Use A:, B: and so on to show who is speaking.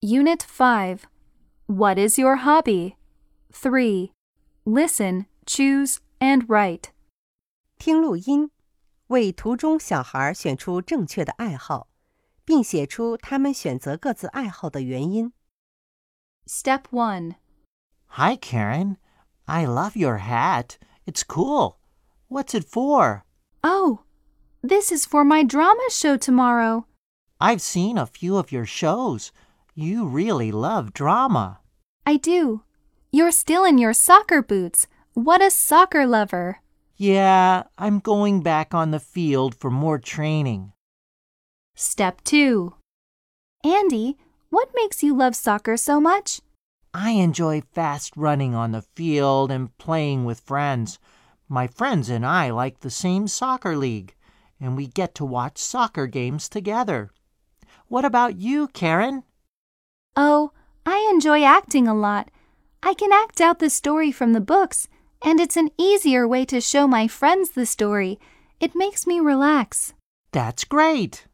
A: Unit 5. What is your hobby? 3. Listen, choose, and write.
B: 听录音，为图中小孩选出正确的爱好，并写出他们选择各自爱好的原因。
A: Step 1.
C: Hi, Karen. I love your hat. It's cool. What's it for?
A: Oh, this is for my drama show tomorrow.
C: I've seen a few of your shows. You really love drama.
A: I do. You're still in your soccer boots. What a soccer lover.
C: Yeah, I'm going back on the field for more training.
A: Step 2. Andy, what makes you love soccer so much?
C: I enjoy fast running on the field and playing with friends. My friends and I like the same soccer league, and we get to watch soccer games together. What about you, Karen?
A: Oh, I enjoy acting a lot. I can act out the story from the books, and it's an easier way to show my friends the story. It makes me relax.
C: That's great.